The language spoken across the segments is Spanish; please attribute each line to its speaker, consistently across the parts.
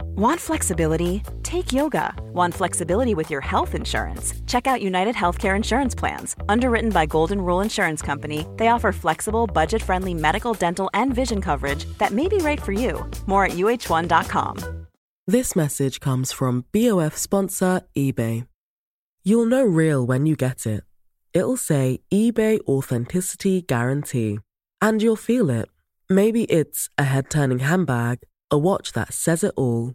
Speaker 1: Want flexibility? Take yoga. Want flexibility with your health insurance? Check out United Healthcare Insurance Plans. Underwritten by Golden Rule Insurance Company, they offer flexible, budget friendly medical, dental, and vision coverage that may be right for you. More at uh1.com.
Speaker 2: This message comes from BOF sponsor eBay. You'll know real when you get it. It'll say eBay Authenticity Guarantee. And you'll feel it. Maybe it's a head turning handbag, a watch that says it all,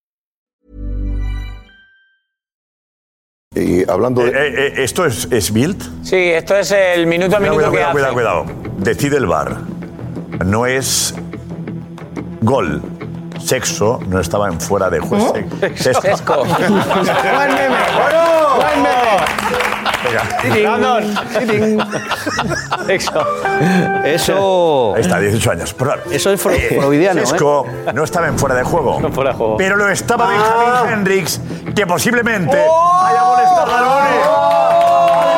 Speaker 3: Y hablando
Speaker 4: Eh,
Speaker 3: de.
Speaker 4: eh, eh, ¿Esto es, es Bild?
Speaker 5: Sí, esto es el minuto a
Speaker 4: Cuidado,
Speaker 5: minuto
Speaker 4: cuidado,
Speaker 5: que
Speaker 4: cuidado,
Speaker 5: hace.
Speaker 4: cuidado, cuidado. Decide el bar. No es gol. Sexo no estaba en fuera de juego.
Speaker 5: ¿Eh?
Speaker 4: Sexto.
Speaker 5: Sesco.
Speaker 6: Buen meme. Buen meme.
Speaker 4: Venga.
Speaker 6: Vamos.
Speaker 5: Sexo.
Speaker 6: Eso.
Speaker 4: Ahí está, 18 años. Pero,
Speaker 6: Eso es fro-
Speaker 4: eh,
Speaker 6: freudiano, ¿eh?
Speaker 4: Sesco no estaba en fuera de juego.
Speaker 5: fuera de juego.
Speaker 4: Pero lo estaba
Speaker 6: Ah.
Speaker 4: Benjamin Hendrix, que posiblemente
Speaker 5: Oh.
Speaker 4: haya molestado a Lone.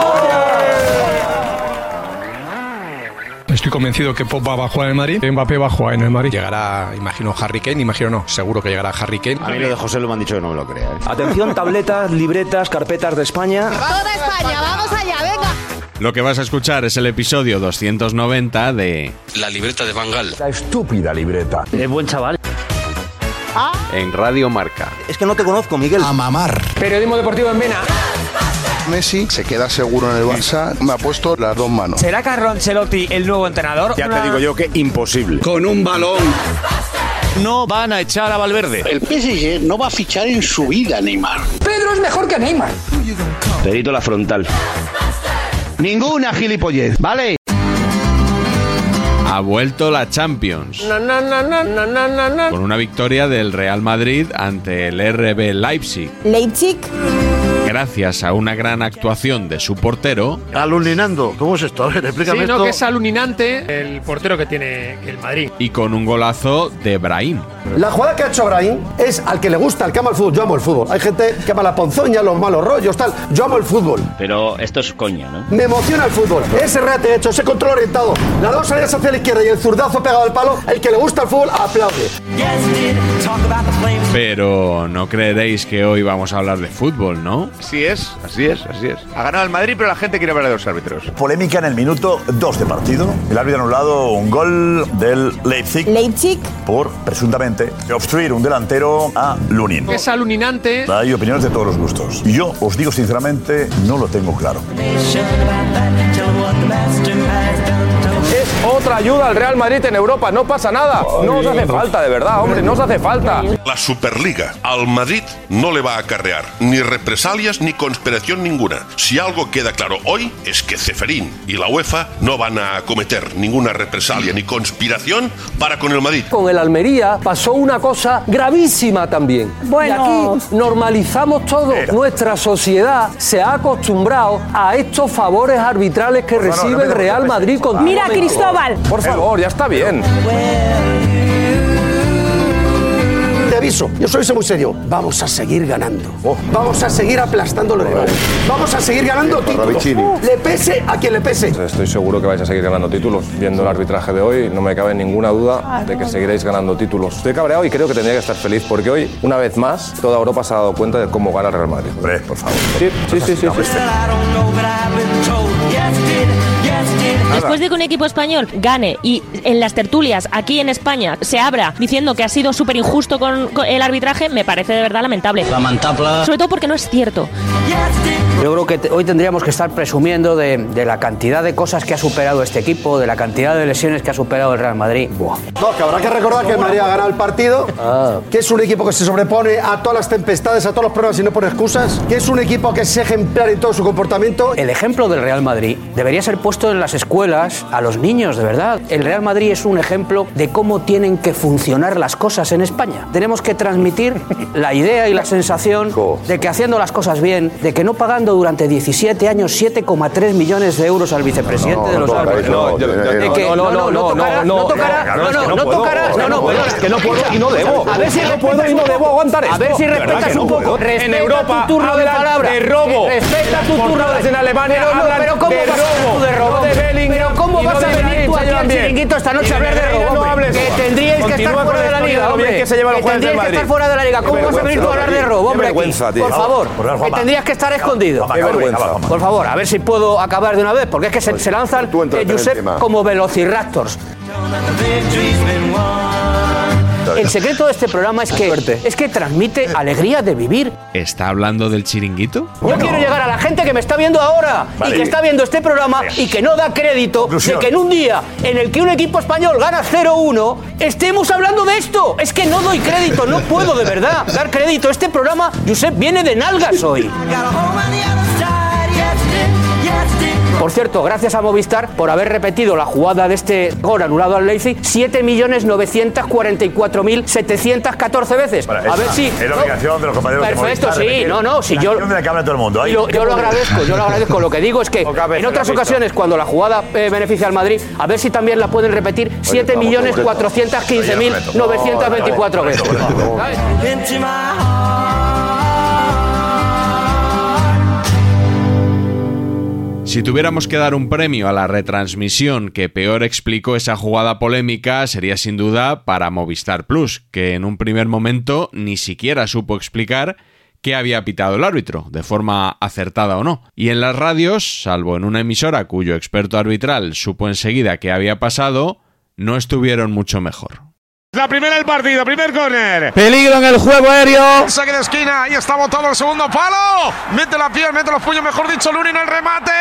Speaker 7: Estoy convencido que Pogba va a jugar en el Madrid, Mbappé va a jugar en el Madrid. Llegará, imagino, Harry Kane, imagino no, seguro que llegará Harry Kane.
Speaker 8: A mí lo de José lo me han dicho que no me lo crea. ¿eh?
Speaker 9: Atención, tabletas, libretas, carpetas de España.
Speaker 10: Toda España, vamos allá, venga.
Speaker 8: Lo que vas a escuchar es el episodio 290 de
Speaker 9: La libreta de Bangal.
Speaker 3: Esta estúpida libreta.
Speaker 6: Es buen chaval.
Speaker 8: En Radio Marca.
Speaker 9: Es que no te conozco, Miguel.
Speaker 5: Periodismo deportivo en Vena.
Speaker 11: eh.
Speaker 3: Messi se queda seguro en el Barça. Me ha puesto las dos manos.
Speaker 5: ¿Será Carlo Ancelotti el nuevo entrenador?
Speaker 8: Ya te digo yo que imposible.
Speaker 7: Con un balón.
Speaker 8: No van a echar a Valverde.
Speaker 9: El PSG no va a fichar en su vida, Neymar.
Speaker 5: Pedro es mejor que Neymar.
Speaker 9: Perito la frontal. Ninguna gilipollez, ¿vale?
Speaker 8: Ha vuelto la Champions. Con una victoria del Real Madrid ante el RB Leipzig.
Speaker 10: Leipzig.
Speaker 8: Gracias a una gran actuación de su portero,
Speaker 3: Alulinando. ¿Cómo es esto? A ver, explícame esto.
Speaker 6: aluninante Este, el portero que tiene el Madrid.
Speaker 8: y con un golazo de Brahim.
Speaker 9: La jugada que ha hecho Brahim es al que le gusta, al que ama el fútbol. Yo amo el fútbol. Hay gente que ama la ponzoña, los malos rollos, tal. Yo amo el fútbol.
Speaker 6: Pero esto es coña, ¿no?
Speaker 9: Me emociona el fútbol. Ese rate hecho, ese control orientado. La dos salidas hacia la izquierda y el zurdazo pegado al palo. El que le gusta el fútbol aplaude.
Speaker 8: Pero no creeréis que hoy vamos a hablar de fútbol, ¿no?
Speaker 11: Así es, así es, así es. Ha ganado el Madrid, pero la gente quiere hablar de los árbitros.
Speaker 4: Polémica en el minuto 2 de partido. El árbitro ha anulado un gol del Leipzig
Speaker 10: Leipzig.
Speaker 4: por presuntamente obstruir un delantero a Lunin.
Speaker 6: aluninante.
Speaker 4: Hay opiniones de todos los gustos. Yo os digo sinceramente, no lo tengo claro.
Speaker 9: Es otra ayuda al Real Madrid en Europa. No pasa nada. No os hace falta, de verdad, hombre. No os hace falta.
Speaker 11: La Superliga al Madrid no le va a acarrear ni represalias ni conspiración ninguna. Si algo queda claro hoy es que Ceferín y la UEFA no van a acometer ninguna represalia ni conspiración para con el Madrid.
Speaker 9: Con el Almería pasó una cosa gravísima también.
Speaker 10: Bueno.
Speaker 9: Y aquí normalizamos todo. Nuestra sociedad se ha acostumbrado a estos favores arbitrales que
Speaker 4: favor, no
Speaker 9: recibe
Speaker 4: me
Speaker 9: el
Speaker 4: lo
Speaker 9: Real
Speaker 4: metáis.
Speaker 9: Madrid con
Speaker 10: Mira, Cristóbal.
Speaker 9: Por favor, ya está bien. Te aviso, yo soy muy serio. Vamos a seguir ganando.
Speaker 4: Oh.
Speaker 9: Vamos a seguir aplastando los rivales. Vamos a seguir ganando títulos.
Speaker 3: Ravicini.
Speaker 9: Le pese a quien le pese.
Speaker 7: Estoy seguro que vais a seguir ganando títulos. Viendo el arbitraje de hoy, no me cabe ninguna duda de que seguiréis ganando títulos. Estoy cabreado y creo que tendría que estar feliz porque hoy, una vez más, toda Europa se ha dado cuenta de cómo gana el Real Madrid.
Speaker 4: Hombre, por favor.
Speaker 7: Sí, sí, sí, sí.
Speaker 10: Después de que un equipo español gane y en las tertulias aquí en España se abra diciendo que ha sido súper injusto con, con el arbitraje, me parece de verdad lamentable.
Speaker 9: Lamentable.
Speaker 10: Sobre todo porque no es cierto.
Speaker 9: Yo creo que te- hoy tendríamos que estar presumiendo de, de la cantidad de cosas que ha superado este equipo, de la cantidad de lesiones que ha superado el Real Madrid.
Speaker 6: No, que habrá que recordar que el Madrid ha ganado el partido,
Speaker 9: Ah.
Speaker 6: que es un equipo que se sobrepone a todas las tempestades, a todos los problemas y no pone excusas, que es un equipo que es ejemplar en todo su comportamiento.
Speaker 9: El ejemplo del Real Madrid debería ser puesto
Speaker 6: puesto en las escuelas a los niños, de verdad. El Real Madrid es un ejemplo de cómo tienen que funcionar las cosas en España. Tenemos que transmitir la idea y la sensación de que haciendo las cosas bien, de que no pagando durante 17 años 7,3 millones de euros al vicepresidente
Speaker 12: No,
Speaker 6: de los
Speaker 12: no,
Speaker 6: árbitros.
Speaker 12: no, yo- yo-
Speaker 6: De que-
Speaker 12: Eh, no, no, no, no,
Speaker 6: tocará,
Speaker 12: no,
Speaker 6: no tocará,
Speaker 12: claro,
Speaker 6: no,
Speaker 12: es que
Speaker 6: no,
Speaker 12: no
Speaker 6: no
Speaker 12: puedo,
Speaker 6: tocará,
Speaker 12: no,
Speaker 6: no,
Speaker 12: no
Speaker 6: no,
Speaker 12: puedo,
Speaker 6: escucha,
Speaker 12: es que no puedo y no debo.
Speaker 6: A ver si
Speaker 12: No
Speaker 6: respetas
Speaker 12: puedo y no
Speaker 6: un
Speaker 12: debo
Speaker 6: poco.
Speaker 12: aguantar
Speaker 6: A ver
Speaker 12: esto.
Speaker 6: si
Speaker 12: De verdad
Speaker 6: respetas
Speaker 12: que no
Speaker 6: un poco.
Speaker 12: puedo. En
Speaker 6: Respeta
Speaker 12: Europa
Speaker 6: tu turno de
Speaker 12: hablan
Speaker 6: palabra.
Speaker 12: de robo.
Speaker 6: Respeta tu
Speaker 12: Las
Speaker 6: turno
Speaker 12: portadas
Speaker 6: de
Speaker 12: en Alemania
Speaker 6: Pero no,
Speaker 12: hablan
Speaker 6: pero ¿cómo
Speaker 12: de
Speaker 6: vas a hablar
Speaker 12: robo,
Speaker 6: tú de robo?
Speaker 12: no de Bellingham
Speaker 6: Pero ¿cómo
Speaker 12: y
Speaker 6: vas
Speaker 12: no
Speaker 6: a
Speaker 12: de
Speaker 6: venir tú
Speaker 12: Negreira,
Speaker 6: aquí al
Speaker 12: llevan bien.
Speaker 6: chiringuito
Speaker 12: Y
Speaker 6: esta noche
Speaker 12: de
Speaker 6: a hablar de
Speaker 12: Negreira
Speaker 6: robo?
Speaker 12: no
Speaker 6: hombre?
Speaker 12: hables.
Speaker 6: que tendríais que
Speaker 12: Continúa
Speaker 6: estar
Speaker 12: con la
Speaker 6: fuera de la
Speaker 12: historia de
Speaker 6: liga,
Speaker 12: lo bien
Speaker 6: hombre.
Speaker 12: que se llevan los
Speaker 6: Que
Speaker 12: jugadores del
Speaker 6: tendríais que estar
Speaker 12: Madrid.
Speaker 6: fuera de la liga.
Speaker 12: Qué
Speaker 6: ¿Cómo vas a venir tú a
Speaker 12: vergüenza,
Speaker 6: hablar de robo,
Speaker 12: qué
Speaker 6: hombre? aquí?
Speaker 12: vergüenza, tío.
Speaker 6: Por
Speaker 12: Vamos,
Speaker 6: favor,
Speaker 12: por favor,
Speaker 6: que
Speaker 12: Juanma.
Speaker 6: tendrías que estar escondido.
Speaker 12: Juanma, Qué acaba, vergüenza. acaba, Juanma.
Speaker 6: Por favor, a ver si puedo acabar de una vez, porque es que se, se lanzan
Speaker 12: entras
Speaker 6: eh,
Speaker 12: en el
Speaker 6: Josep
Speaker 12: tema.
Speaker 6: como velociraptors. El secreto de este programa es que, es que transmite alegría de vivir.
Speaker 8: ¿Está hablando del chiringuito?
Speaker 6: Yo quiero llegar a la gente que me está viendo ahora
Speaker 8: Vale.
Speaker 6: y que está viendo este programa y que no da crédito
Speaker 8: Conclusión.
Speaker 6: de que en un día en el que un equipo español gana 0-1 estemos hablando de esto. Es que no doy crédito, no puedo de verdad dar crédito. Este programa, Josep, viene de nalgas hoy. Por cierto, gracias a Movistar por haber repetido la jugada de este gol anulado al Leipzig 7.944.714 veces. a ver si...
Speaker 5: Es la
Speaker 6: no.
Speaker 5: obligación de los compañeros de
Speaker 6: Perfecto,
Speaker 5: Movistar,
Speaker 6: sí,
Speaker 5: repetir.
Speaker 6: no, no, si
Speaker 5: La
Speaker 6: yo...
Speaker 5: acción de la que habla todo el mundo. ahí.
Speaker 6: Yo, yo lo agradezco, yo lo agradezco. Lo que digo es que en otras
Speaker 5: la vista.
Speaker 6: ocasiones, cuando la jugada eh, beneficia al Madrid, a ver si también la pueden repetir
Speaker 5: estamos correcto.
Speaker 6: 7.415.924 veces.
Speaker 8: Si tuviéramos que dar un premio a la retransmisión que peor explicó esa jugada polémica, sería sin duda para Movistar Plus, que en un primer momento ni siquiera supo explicar qué había pitado el árbitro, de forma acertada o no. Y en las radios, salvo en una emisora cuyo experto arbitral supo enseguida qué había pasado, no estuvieron mucho mejor.
Speaker 3: La primera del partido, primer córner.
Speaker 8: Peligro en el juego aéreo.
Speaker 3: Saque de esquina, ahí está botado el segundo palo. Mete la piel, mete los puños, mejor dicho, Luni en el remate.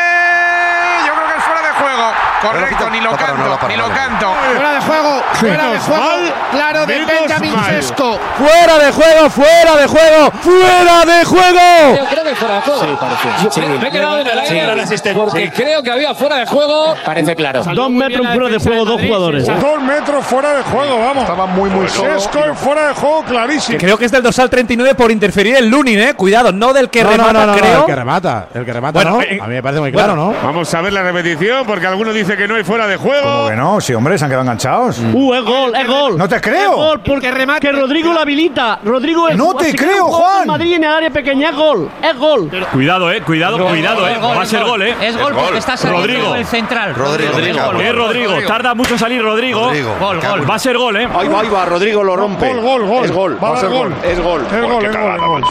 Speaker 3: Yo creo que es fuera de juego. Correcto, ni lo canto, ni lo canto.
Speaker 11: Fuera de juego, fuera de
Speaker 3: Menos
Speaker 11: juego.
Speaker 3: mal,
Speaker 11: claro, de
Speaker 3: menos
Speaker 11: Benjamin
Speaker 3: mal.
Speaker 11: Sesco.
Speaker 7: ¡Fuera de juego! ¡Fuera de juego! ¡Fuera de juego!
Speaker 11: creo que fuera de juego.
Speaker 7: parecía. Sí.
Speaker 11: Me he quedado en el aire
Speaker 7: Sí.
Speaker 11: a la resistencia. Porque creo que había fuera de juego. Parece claro.
Speaker 7: Dos metros fuera de juego, dos jugadores.
Speaker 13: Dos metros fuera de juego, vamos. Estaba muy, muy Sesco y fuera de juego, clarísimo.
Speaker 7: Creo que es del dorsal 39 por interferir el Lunin, eh. Cuidado, no del que
Speaker 13: No, no,
Speaker 7: remata,
Speaker 13: no, no, no,
Speaker 7: creo.
Speaker 13: el que
Speaker 7: remata, el que remata,
Speaker 13: ¿no?
Speaker 11: eh,
Speaker 7: A mí me parece muy
Speaker 13: Bueno, Vamos a ver la repetición porque alguno dice que no hay fuera de juego.
Speaker 4: Bueno, sí, hombre, se han quedado enganchados. ¡Uh, es gol, es gol! ¡No te creo!
Speaker 7: gol, porque remata. Que Rodrigo la habilita. Rodrigo
Speaker 4: es- No te si creo, queda un gol Juan. del
Speaker 7: Madrid en el área pequeña es gol. Es gol.
Speaker 14: Cuidado, eh, cuidado,
Speaker 7: Gol,
Speaker 14: cuidado,
Speaker 7: gol,
Speaker 14: eh.
Speaker 7: gol,
Speaker 14: Va a
Speaker 7: es
Speaker 14: ser
Speaker 7: gol.
Speaker 14: gol, eh.
Speaker 7: Es gol porque está saliendo
Speaker 14: Rodrigo.
Speaker 7: el central.
Speaker 14: Rodrigo,
Speaker 7: Rodrigo,
Speaker 14: Rodrigo.
Speaker 7: Rodrigo.
Speaker 14: Eh, Rodrigo.
Speaker 7: Rodrigo.
Speaker 14: Tarda mucho en salir Rodrigo.
Speaker 7: Rodrigo,
Speaker 14: Gol,
Speaker 7: me cago en-
Speaker 14: gol. Va a ser gol, eh.
Speaker 7: Ahí va, ahí va, Rodrigo lo rompe.
Speaker 13: Gol, gol, gol.
Speaker 7: Es gol,
Speaker 13: Va a
Speaker 7: va a ser
Speaker 13: dar
Speaker 7: gol. Es gol.
Speaker 13: Es gol, es gol, es gol.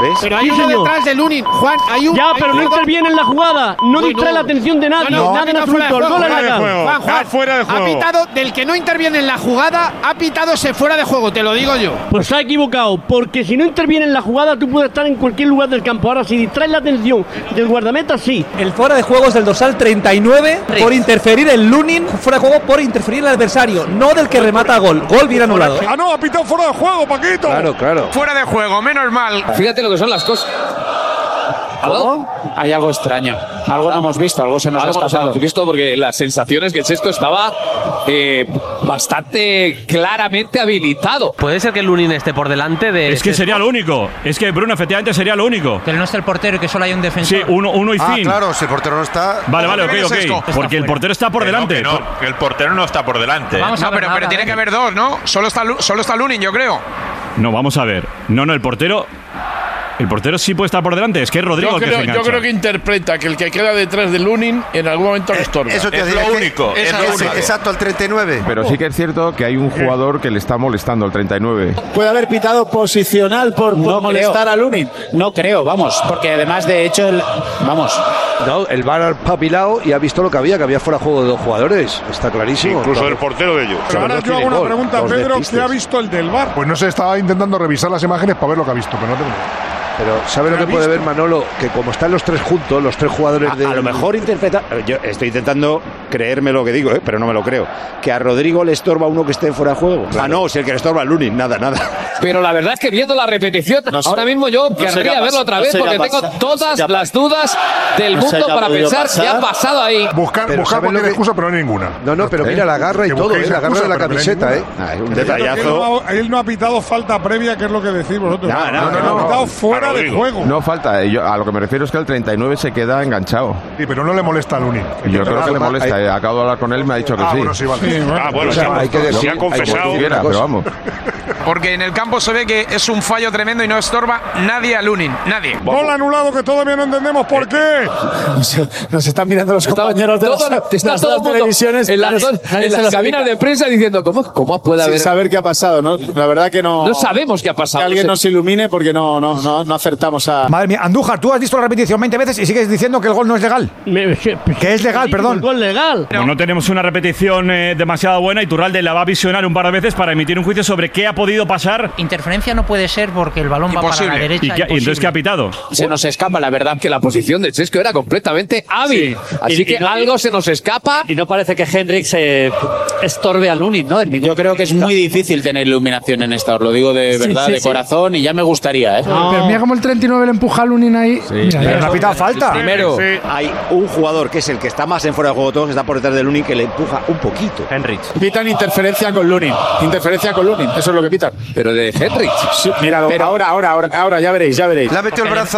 Speaker 7: ¿Ves?
Speaker 11: Pero hay uno detrás de Lunin. Juan, hay uno.
Speaker 7: Ya, pero no interviene en la jugada. No distrae la atención de nadie. Nada en absoluto. El gol
Speaker 11: ha
Speaker 7: en la cara.
Speaker 11: Juan, Juan,
Speaker 7: Fuera de
Speaker 11: ha
Speaker 7: juego.
Speaker 11: pitado del que no interviene en la jugada, ha pitado ese fuera de juego, te lo digo yo.
Speaker 7: Pues se ha equivocado, porque si no interviene en la jugada, tú puedes estar en cualquier lugar del campo. Ahora, si distraes la atención del guardameta, sí. El fuera de juego es del dorsal 39 por interferir el Lunin, fuera de juego por interferir el adversario, no del que remata gol. Gol bien anulado.
Speaker 13: Ah, no, ha pitado fuera de juego, Paquito.
Speaker 7: Claro, claro.
Speaker 3: Fuera de juego, menos mal.
Speaker 11: Fíjate lo que son las cosas. ¿Algo? Hay algo extraño. Algo no hemos visto, algo se nos ha escapado.
Speaker 15: visto porque las sensaciones que el sexto estaba eh, bastante claramente habilitado.
Speaker 9: Puede ser que Lunin esté por delante de.
Speaker 14: Es que sería lo único. Es que Bruno, efectivamente, sería lo único.
Speaker 9: Que no está el portero y que solo hay un defensor.
Speaker 14: Sí, uno, uno y
Speaker 9: Ah,
Speaker 14: fin.
Speaker 9: claro,
Speaker 14: si el portero no está. Vale, vale, ok, ok. Porque el portero está por delante. el portero no está por delante.
Speaker 15: Vamos a
Speaker 3: no,
Speaker 15: ver
Speaker 3: pero,
Speaker 15: nada,
Speaker 3: pero tiene
Speaker 15: ¿eh?
Speaker 3: que haber dos, ¿no? Solo está, Lu- solo está Lunin, yo creo.
Speaker 14: No, vamos a ver. No, no, el portero. El portero sí puede estar por delante. Es que es Rodrigo
Speaker 16: Yo
Speaker 14: el que
Speaker 16: creo,
Speaker 14: se
Speaker 16: yo
Speaker 14: engancha.
Speaker 16: creo que interpreta que el que queda detrás de Lunin en algún momento le estorba.
Speaker 14: eso te Es
Speaker 16: lo
Speaker 14: único,
Speaker 16: es lo único.
Speaker 17: Exacto, al 39.
Speaker 18: Eh, Pero sí que es cierto que hay un jugador que le está molestando al 39.
Speaker 19: Puede haber pitado posicional por, molestar a Lunin. No creo, vamos, porque además de hecho, el- vamos.
Speaker 20: No, el VAR ha papilado y ha visto lo que había, que había fuera juego de dos jugadores. Está clarísimo.
Speaker 13: Incluso
Speaker 20: el
Speaker 13: del portero
Speaker 20: de ellos.
Speaker 13: Pero ahora yo hago una pregunta a Pedro que ha visto el del bar.
Speaker 18: Pues no sé, estaba intentando revisar las imágenes para ver lo que ha visto, pero no tengo.
Speaker 20: Pero ¿sabe lo que puede ver Manolo? Que como están los tres juntos, los tres jugadores de... A lo mejor interpreta... Yo estoy intentando
Speaker 21: creerme lo que digo, ¿eh? pero no me lo creo. Que a Rodrigo le estorba uno que esté fuera de juego. Ah, no, es el que le estorba al Lunin, nada, nada.
Speaker 22: Pero la verdad es que viendo la repetición,
Speaker 21: No sé.
Speaker 22: ahora mismo yo
Speaker 21: No
Speaker 22: querría
Speaker 21: será
Speaker 22: verlo
Speaker 21: pas-
Speaker 22: otra
Speaker 21: no
Speaker 22: vez
Speaker 21: será
Speaker 22: porque tengo
Speaker 21: pas-
Speaker 22: todas
Speaker 21: será
Speaker 22: las dudas del
Speaker 21: No
Speaker 22: mundo
Speaker 21: será
Speaker 22: para
Speaker 21: podido
Speaker 22: pensar qué
Speaker 21: pasar.
Speaker 22: ha pasado ahí.
Speaker 21: Buscar-
Speaker 13: Pero buscar ¿sabes lo cualquier que- excusa,
Speaker 21: pero no ninguna. No, no, pero
Speaker 13: ¿Eh?
Speaker 21: mira la garra y
Speaker 13: Que
Speaker 21: todo,
Speaker 13: busquéis
Speaker 21: ¿eh? la garra
Speaker 13: excusa,
Speaker 21: de la
Speaker 13: pero no hay
Speaker 21: camiseta, ¿eh?
Speaker 13: ninguna.
Speaker 21: Ah, es un
Speaker 13: Él no,
Speaker 21: detallazo.
Speaker 13: ha, él no ha pitado falta previa, que es lo que decís vosotros.
Speaker 21: No, no,
Speaker 13: Él
Speaker 21: no,
Speaker 13: ha
Speaker 21: no.
Speaker 13: pitado fuera
Speaker 21: Para
Speaker 13: de
Speaker 21: Rodrigo.
Speaker 13: juego.
Speaker 23: No falta, eh, yo- a lo que me refiero es que el 39 se queda enganchado.
Speaker 13: Sí, pero no le molesta al Lunin.
Speaker 23: Yo creo que le
Speaker 13: Ah,
Speaker 23: molesta,
Speaker 13: ahí-
Speaker 23: eh, acabo de hablar con él y me ha dicho que
Speaker 13: Ah,
Speaker 23: sí.
Speaker 13: bueno, sí, vale. Sí, bueno.
Speaker 23: Ah,
Speaker 13: O sea, hay que decir-
Speaker 23: como tú
Speaker 13: hay que decir
Speaker 23: quieras,
Speaker 13: una
Speaker 23: pero
Speaker 13: cosa.
Speaker 23: vamos.
Speaker 24: Porque en el campo se ve que es un fallo tremendo y no estorba nadie a Lunin, nadie.
Speaker 13: Gol anulado que todavía no entendemos
Speaker 23: Eh,
Speaker 13: por qué.
Speaker 7: Nos están mirando los compañeros de
Speaker 13: todo-
Speaker 7: las,
Speaker 13: está
Speaker 7: de las
Speaker 13: todo
Speaker 7: dos
Speaker 13: el mundo
Speaker 7: televisiones.
Speaker 13: en las
Speaker 7: Nadie-
Speaker 13: dos-
Speaker 7: nadie
Speaker 22: en
Speaker 7: se
Speaker 22: las
Speaker 7: lo
Speaker 22: cabinas
Speaker 7: explica.
Speaker 22: de prensa diciendo, ¿cómo, cómo puede
Speaker 7: Sin
Speaker 22: haber?
Speaker 7: saber qué ha pasado, ¿no? La verdad que no.
Speaker 22: No sabemos qué ha pasado.
Speaker 7: Que alguien
Speaker 22: No
Speaker 7: nos
Speaker 22: sé.
Speaker 7: ilumine porque no, no, no, no acertamos a.
Speaker 25: Madre mía, Andújar, tú has visto la repetición 20 veces y sigues diciendo que el gol no es legal. que es legal, perdón.
Speaker 26: Gol legal.
Speaker 14: Como no tenemos una repetición eh, demasiado buena, Iturralde la va a visionar un par de veces para emitir un juicio sobre qué ha podido pasar.
Speaker 6: Interferencia no puede ser porque el balón va para la derecha.
Speaker 14: ¿Y, qué- y entonces qué ha pitado?
Speaker 22: Se nos escapa, la verdad, que la posición de Chesco era completamente hábil. Así
Speaker 27: Y- y
Speaker 22: que
Speaker 27: no-
Speaker 22: algo se nos escapa.
Speaker 27: Y no parece que Hendrik se estorbe al Lunin, ¿no?
Speaker 7: Yo creo que es muy difícil tener iluminación en esta, os lo digo de
Speaker 27: Sí,
Speaker 7: verdad,
Speaker 27: sí,
Speaker 7: de
Speaker 27: sí.
Speaker 7: corazón, y ya me gustaría, ¿eh?
Speaker 6: Pero mira como el 39 le empuja a Lunin ahí. Mira,
Speaker 28: Pero
Speaker 6: mira.
Speaker 28: ha pitado falta.
Speaker 7: Primero.
Speaker 28: hay un jugador que es el que está más en fuera de juego de todos, que está por detrás de Lunin, que le empuja un poquito. Henrich.
Speaker 7: Pitan interferencia con Lunin. Interferencia con Lunin. Eso es lo que pitan.
Speaker 22: Pero de Henrich.
Speaker 7: Sí, mira,
Speaker 22: Pero-
Speaker 7: ahora, ahora, ahora, ahora, ya veréis, ya veréis.
Speaker 6: Porque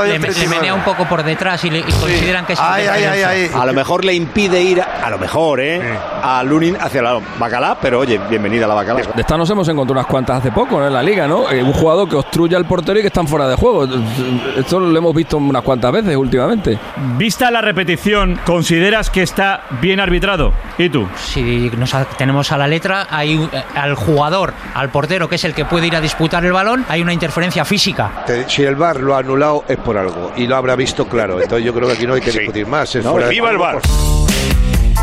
Speaker 6: le, le, le menea un poco por detrás y, le, y consideran que es interferencia.
Speaker 28: A lo mejor le impide ir, a, a lo mejor, ¿eh? A Lunin hacia la bacalá, pero oye, bienvenida a la bacalá.
Speaker 3: De estas nos hemos encontrado unas cuantas hace poco ¿no? en la liga, ¿no? Eh, un jugador que obstruye al portero y que están fuera de juego. Esto lo hemos visto unas cuantas veces últimamente.
Speaker 14: Vista la repetición, ¿consideras que está bien arbitrado? ¿Y tú?
Speaker 6: Si nos tenemos a la letra, hay un- eh, al jugador, al portero, que es el que puede ir a disputar el balón, hay una interferencia física.
Speaker 21: Te- Si el VAR lo ha anulado es por algo y lo habrá visto claro. Entonces yo creo que aquí no hay que discutir más. es
Speaker 4: No,
Speaker 21: fuera de
Speaker 4: viva el
Speaker 21: juego.
Speaker 4: VAR.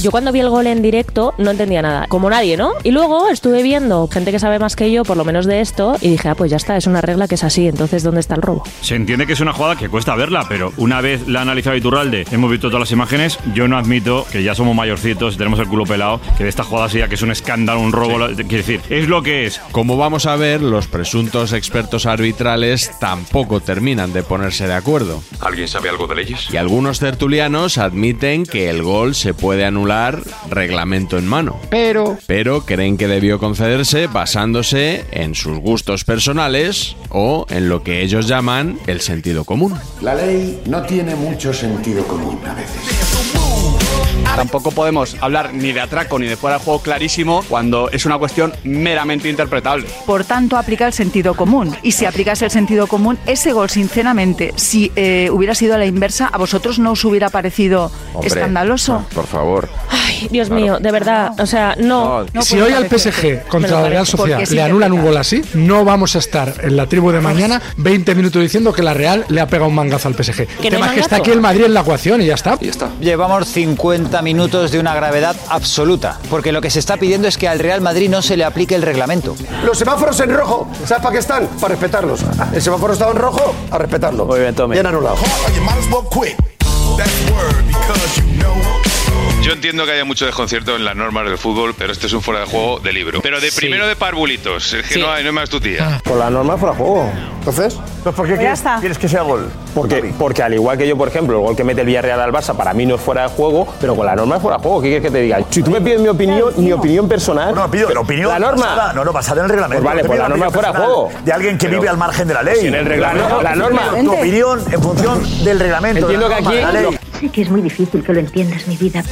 Speaker 10: Yo cuando vi el gol en directo no entendía nada, como nadie, ¿no? Y luego estuve viendo gente que sabe más que yo, por lo menos de esto, y dije, ah, pues ya está, es una regla que es así, entonces ¿dónde está el robo?
Speaker 14: Se entiende que es una jugada que cuesta verla, pero una vez la ha analizado Iturralde, hemos visto todas las imágenes, yo no admito que ya somos mayorcitos, tenemos el culo pelado, que de esta jugada sea que es un escándalo, un robo, la- quiero decir, es lo que es.
Speaker 8: Como vamos a ver, los presuntos expertos arbitrales tampoco terminan de ponerse de acuerdo.
Speaker 29: ¿Alguien sabe algo de leyes?
Speaker 8: Y algunos tertulianos admiten que el gol se puede anular reglamento en mano.
Speaker 29: Pero...
Speaker 8: Pero creen que debió concederse basándose en sus gustos personales o en lo que ellos llaman el sentido común.
Speaker 30: La ley no tiene mucho sentido común a veces.
Speaker 31: Tampoco podemos hablar ni de atraco ni de fuera de juego clarísimo cuando es una cuestión meramente interpretable.
Speaker 32: Por tanto, aplica el sentido común. Y si aplicas el sentido común, ese gol, sinceramente, si eh, hubiera sido a la inversa, a vosotros no os hubiera parecido
Speaker 29: Hombre,
Speaker 32: escandaloso.
Speaker 29: Por favor.
Speaker 10: Ay, Dios mío, de verdad, o sea, no. no
Speaker 6: Si
Speaker 10: puede
Speaker 6: hoy al
Speaker 10: parecer.
Speaker 6: PSG
Speaker 10: Me lo
Speaker 6: contra la Real
Speaker 10: parece,
Speaker 6: Sociedad
Speaker 10: porque sí
Speaker 6: le
Speaker 10: que
Speaker 6: anulan un
Speaker 10: pega.
Speaker 6: gol así, no vamos a estar en la tribu de mañana 20 minutos diciendo que la Real le ha pegado un mangazo al PSG.
Speaker 32: hay
Speaker 6: El tema es que
Speaker 32: mangazo.
Speaker 6: está aquí el Madrid en la ecuación y ya está.
Speaker 32: Llevamos 50 minutos de una gravedad absoluta, porque lo que se está pidiendo es que al Real Madrid no se le aplique el reglamento.
Speaker 9: Los semáforos en rojo, ¿sabes para qué están? Para respetarlos. El semáforo estaba en rojo, a respetarlo. Muy bien, Bien anulado.
Speaker 12: Yo entiendo que haya mucho desconcierto en las normas del fútbol, pero este es un fuera de juego de libro. Pero de primero de parvulitos, es que no, hay, no hay más
Speaker 10: Ah.
Speaker 12: tutía.
Speaker 33: Con la norma fuera juego. Entonces. Pues, ¿por
Speaker 10: Pues
Speaker 33: qué quieres, quieres que sea gol? Porque, porque al igual que yo, por ejemplo, el gol que mete el Villarreal al Barça para mí no es fuera de juego, pero con la norma es fuera de juego. ¿Qué quieres que te diga? Si tú me pides mi opinión, mi opinión personal. No, pido
Speaker 4: Pero opinión
Speaker 33: La norma.
Speaker 4: basada- no, no, basada en el reglamento.
Speaker 33: Pues vale,
Speaker 4: Yo te
Speaker 33: pues
Speaker 4: pido
Speaker 33: la norma
Speaker 4: opinión
Speaker 33: fuera de
Speaker 4: personal
Speaker 33: juego.
Speaker 4: De alguien que
Speaker 33: Pero-
Speaker 4: vive al margen de la
Speaker 33: pues
Speaker 4: ley.
Speaker 33: si en el reglamento- la norma.
Speaker 4: Tu opinión en función del reglamento. de la
Speaker 33: Entiendo que
Speaker 4: norma, de la
Speaker 33: aquí-
Speaker 4: ley.
Speaker 32: Sé que es muy difícil que lo entiendas, mi vida.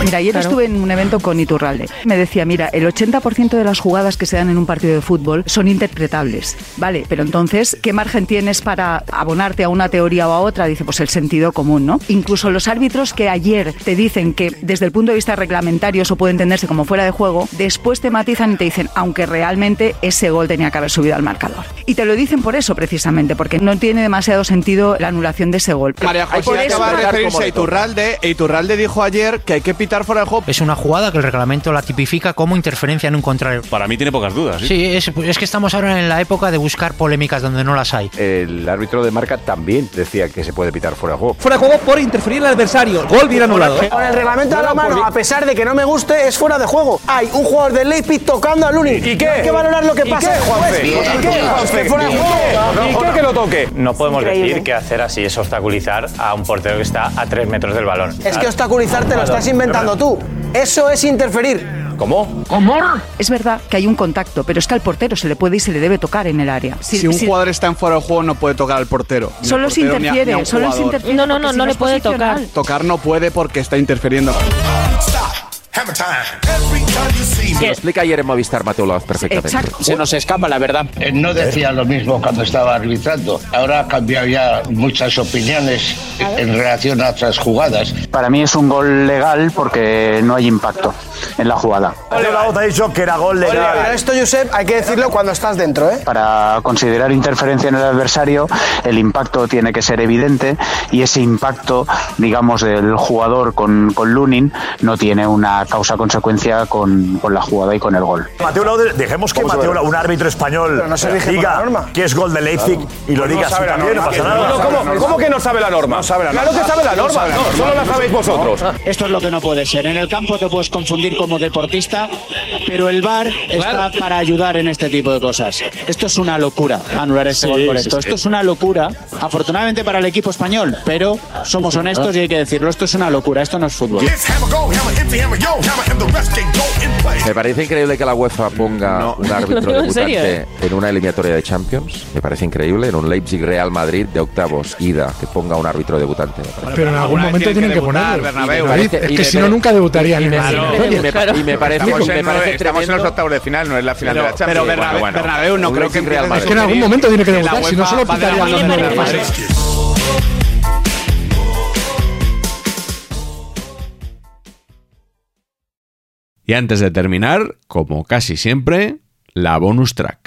Speaker 32: Mira, ayer Claro. estuve en un evento con Iturralde. Me decía, mira, el 80% de las jugadas que se dan en un partido de fútbol son interpretables. Vale, pero entonces, ¿qué margen tienes para abonarte a una teoría o a otra? Dice, pues el sentido común, ¿no? Incluso los árbitros que ayer te dicen que desde el punto de vista reglamentario eso puede entenderse como fuera de juego, después te matizan y te dicen, aunque realmente ese gol tenía que haber subido al marcador. Y te lo dicen por eso, precisamente, porque no tiene demasiado sentido la anulación de ese gol.
Speaker 31: María José
Speaker 32: Hay por eso-
Speaker 33: acaba de
Speaker 32: Por eso-
Speaker 33: referirse a Iturralde
Speaker 34: Iturralde, e Iturralde dijo ayer que hay que pitar fuera de juego.
Speaker 35: Es una jugada que el reglamento la tipifica como interferencia en un contrario.
Speaker 36: Para mí tiene pocas dudas.
Speaker 37: ¿eh?
Speaker 35: Sí, es, es que estamos ahora en la época de buscar polémicas donde no las hay.
Speaker 37: El árbitro de marca también decía que se puede pitar fuera de juego.
Speaker 6: Fuera de juego por interferir al adversario. Gol bien anulado. ¿eh?
Speaker 7: Con el reglamento de la mano, a pesar de que no me guste, es fuera de juego. Hay un jugador del Leipzig tocando a Lunin. ¿Y
Speaker 4: qué?
Speaker 7: Hay que valorar lo que pasa
Speaker 3: Pues,
Speaker 7: después. ¿Y qué, Juanfe? Fuera de juego.
Speaker 4: ¿Y qué que lo toque?
Speaker 7: No podemos
Speaker 4: Increíble.
Speaker 7: decir que hacer así es obstaculizar a un portero que está a tres metros del balón. Es que obstaculizar te lo estás inventando tú. Eso es interferir. ¿Cómo? ¿Cómo?
Speaker 32: Es verdad que hay un contacto, pero es que al portero se le puede y se le debe tocar en el área.
Speaker 34: Si, un jugador está en fuera de juego, no puede tocar al portero. Ni al
Speaker 32: Solo si
Speaker 34: portero ni a-
Speaker 32: interfiere,
Speaker 34: ni a un
Speaker 32: solo si
Speaker 34: jugador.
Speaker 32: interfiere.
Speaker 10: No, no, no, no le puede tocar.
Speaker 34: Tocar no puede porque está interfiriendo.
Speaker 11: Se lo explica ayer en Movistar Mateo Laoz perfectamente.
Speaker 7: Se nos escapa la verdad.
Speaker 12: eh,
Speaker 21: ¿eh?
Speaker 12: No decía lo mismo cuando estaba arbitrando. Ahora ha cambiado ya muchas opiniones en relación a otras jugadas.
Speaker 7: Para mí es un gol legal porque no hay impacto en la jugada.
Speaker 9: Mateo Laoz ha dicho que era gol de
Speaker 7: Pero esto, Josep, hay que decirlo cuando estás dentro, ¿eh? Para considerar interferencia en el adversario, el impacto tiene que ser evidente y ese impacto, digamos, del jugador con, con Lunin no tiene una causa-consecuencia con, con la jugada y con el gol.
Speaker 9: Mateo Laoz, dejemos que
Speaker 7: Vamos a
Speaker 9: Mateo
Speaker 7: ver.
Speaker 9: Laoz, un árbitro español,
Speaker 7: Pero no se rige por la
Speaker 9: diga
Speaker 7: norma.
Speaker 9: que es gol de Leipzig y
Speaker 4: Pues
Speaker 9: lo
Speaker 4: no
Speaker 9: diga así
Speaker 4: sabe la
Speaker 9: también, no
Speaker 4: norma,
Speaker 9: pasa
Speaker 4: que
Speaker 9: nada.
Speaker 4: no sabe la norma. No sabe la Claro norma. que sabe la No norma. sabe la No, norma. solo la sabéis vosotros.
Speaker 7: Esto es lo que no puede ser. En el campo te puedes confundir como deportista, pero el VAR está para ayudar en este tipo de cosas. Esto es una locura, anular este
Speaker 4: Sí,
Speaker 7: gol por
Speaker 4: sí,
Speaker 7: esto.
Speaker 4: sí.
Speaker 7: Esto es una locura, afortunadamente para el equipo español, pero somos honestos y hay que decirlo. Esto es una locura, esto no es fútbol.
Speaker 11: Me parece increíble que la UEFA ponga un
Speaker 7: Lo
Speaker 11: árbitro
Speaker 7: digo en serio, ¿eh?
Speaker 11: debutante en una eliminatoria de Champions. Me parece increíble. En un Leipzig Real Madrid de octavos ida que ponga un árbitro debutante. me parece.
Speaker 5: Pero en algún momento tienen que ponerlo.
Speaker 11: Bernabéu.
Speaker 5: David,
Speaker 11: Y
Speaker 5: es que
Speaker 11: de-
Speaker 5: si no, nunca debutarían.
Speaker 11: y
Speaker 5: en
Speaker 11: de-
Speaker 5: la
Speaker 11: y de- y me-
Speaker 5: eliminatoria.
Speaker 11: y me parece-
Speaker 8: estamos,
Speaker 11: me
Speaker 8: en,
Speaker 11: parece
Speaker 8: nueve- estamos en los
Speaker 11: tremendo.
Speaker 8: octavos de final, no es la final
Speaker 11: Pero-
Speaker 8: de la Champions.
Speaker 11: pero Bernabéu-
Speaker 34: Bernabéu no
Speaker 8: Un
Speaker 34: creo
Speaker 8: Leipzig
Speaker 34: que
Speaker 8: Real
Speaker 34: empiece
Speaker 8: Madrid.
Speaker 5: Es que en algún momento tiene que
Speaker 34: Que la
Speaker 5: debutar, si no
Speaker 34: UEFA
Speaker 5: solo
Speaker 34: va de la
Speaker 5: pitarían
Speaker 34: mano
Speaker 5: en el
Speaker 34: del
Speaker 5: Real Madrid.
Speaker 34: Madrid.
Speaker 2: Y antes de terminar, como casi siempre, la bonus track.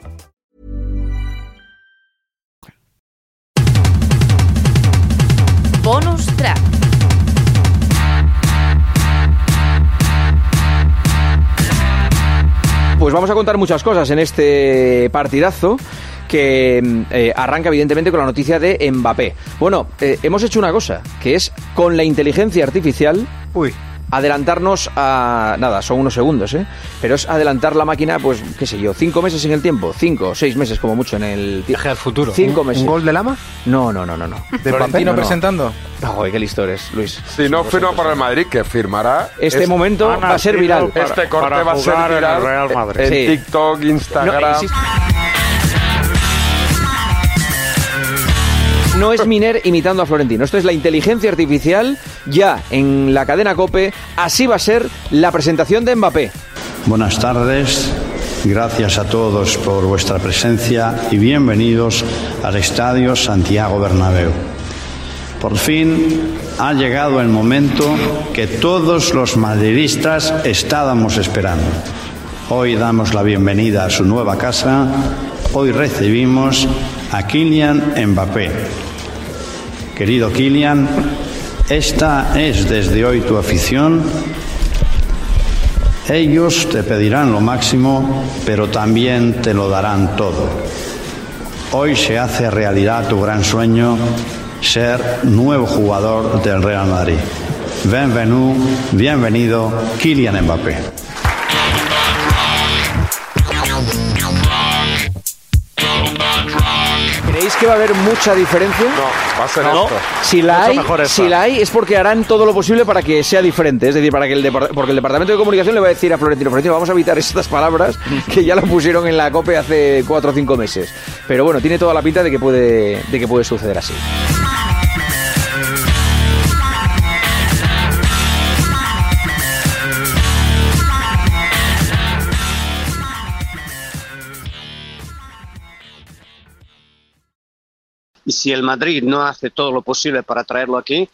Speaker 38: Bonus track.
Speaker 3: Pues vamos a contar muchas cosas en este partidazo que mm, eh, arranca evidentemente con la noticia de Mbappé. Bueno, eh, hemos hecho una cosa, que es con la inteligencia artificial adelantarnos a... Nada, son unos segundos, ¿eh? Pero es adelantar la máquina, pues, qué sé yo, cinco meses en el tiempo, cinco o seis meses como mucho en el tiempo. al futuro. Cinco
Speaker 8: ¿Un-
Speaker 3: meses.
Speaker 8: un gol
Speaker 3: de Lama? No, no, no, no. no.
Speaker 8: ¿De Florentino presentando?
Speaker 3: Ah, Joder, qué listo eres, Luis.
Speaker 8: Si no firma para el Madrid, que firmará.
Speaker 3: Este momento
Speaker 8: Han
Speaker 3: va a ser
Speaker 8: nacido
Speaker 3: viral.
Speaker 8: Este corte
Speaker 3: Para
Speaker 8: va a ser
Speaker 3: jugar en el
Speaker 8: viral.
Speaker 3: Real Madrid.
Speaker 8: En
Speaker 3: Sí.
Speaker 8: TikTok, Instagram.
Speaker 3: No, eh, insisto. No es Miner imitando a Florentino. Esto es la inteligencia artificial ya en la cadena Cope. Así va a ser la presentación de Mbappé.
Speaker 12: Buenas tardes, gracias a todos por vuestra presencia y bienvenidos al Estadio Santiago Bernabéu. Por fin ha llegado el momento que todos los madridistas estábamos esperando. Hoy damos la bienvenida a su nueva casa, hoy recibimos a Kylian Mbappé. Querido Kylian, esta es desde hoy tu afición ellos te pedirán lo máximo, pero también te lo darán todo. Hoy se hace realidad tu gran sueño, ser nuevo jugador del Real Madrid. Bienvenido, bienvenido Kylian Mbappé.
Speaker 3: ¿Creéis que va a haber mucha diferencia? No, va a
Speaker 8: ser esto.
Speaker 3: Si la,
Speaker 8: Mucho
Speaker 3: hay,
Speaker 8: mejor esta.
Speaker 3: si la hay, es porque harán todo lo posible para que sea diferente. Es decir, para que el depart- porque el Departamento de Comunicación le va a decir a Florentino, Florentino, vamos a evitar estas palabras que ya lo pusieron en la COPE hace cuatro o cinco meses. Pero bueno, tiene toda la pinta de que puede, de que puede suceder así.
Speaker 5: Y si el Madrid no hace todo lo posible para traerlo aquí,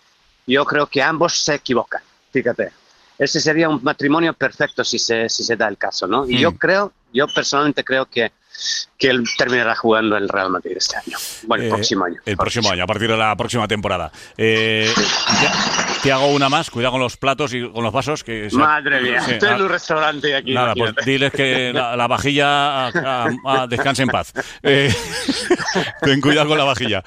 Speaker 5: yo creo que ambos se equivocan. Fíjate, ese sería un matrimonio perfecto si se, si se da el caso, ¿no? Y yo creo, yo personalmente creo que, que él terminará jugando en el Real Madrid este año. Bueno, el
Speaker 13: Eh,
Speaker 5: próximo año.
Speaker 13: El próximo año, a partir de la próxima temporada. Eh, te, te hago una más, cuidado con los platos y con los vasos. Que se-
Speaker 5: Madre mía,
Speaker 13: Sí,
Speaker 5: estoy en
Speaker 13: na-
Speaker 5: un restaurante aquí.
Speaker 13: Nada, pues
Speaker 5: imagínate.
Speaker 13: diles que la, la vajilla ah, ah, ah, descanse en paz. Eh, ten cuidado con la vajilla.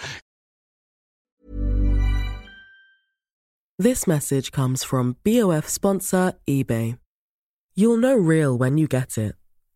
Speaker 2: This message comes from BOF sponsor eBay. You'll know real when you get it.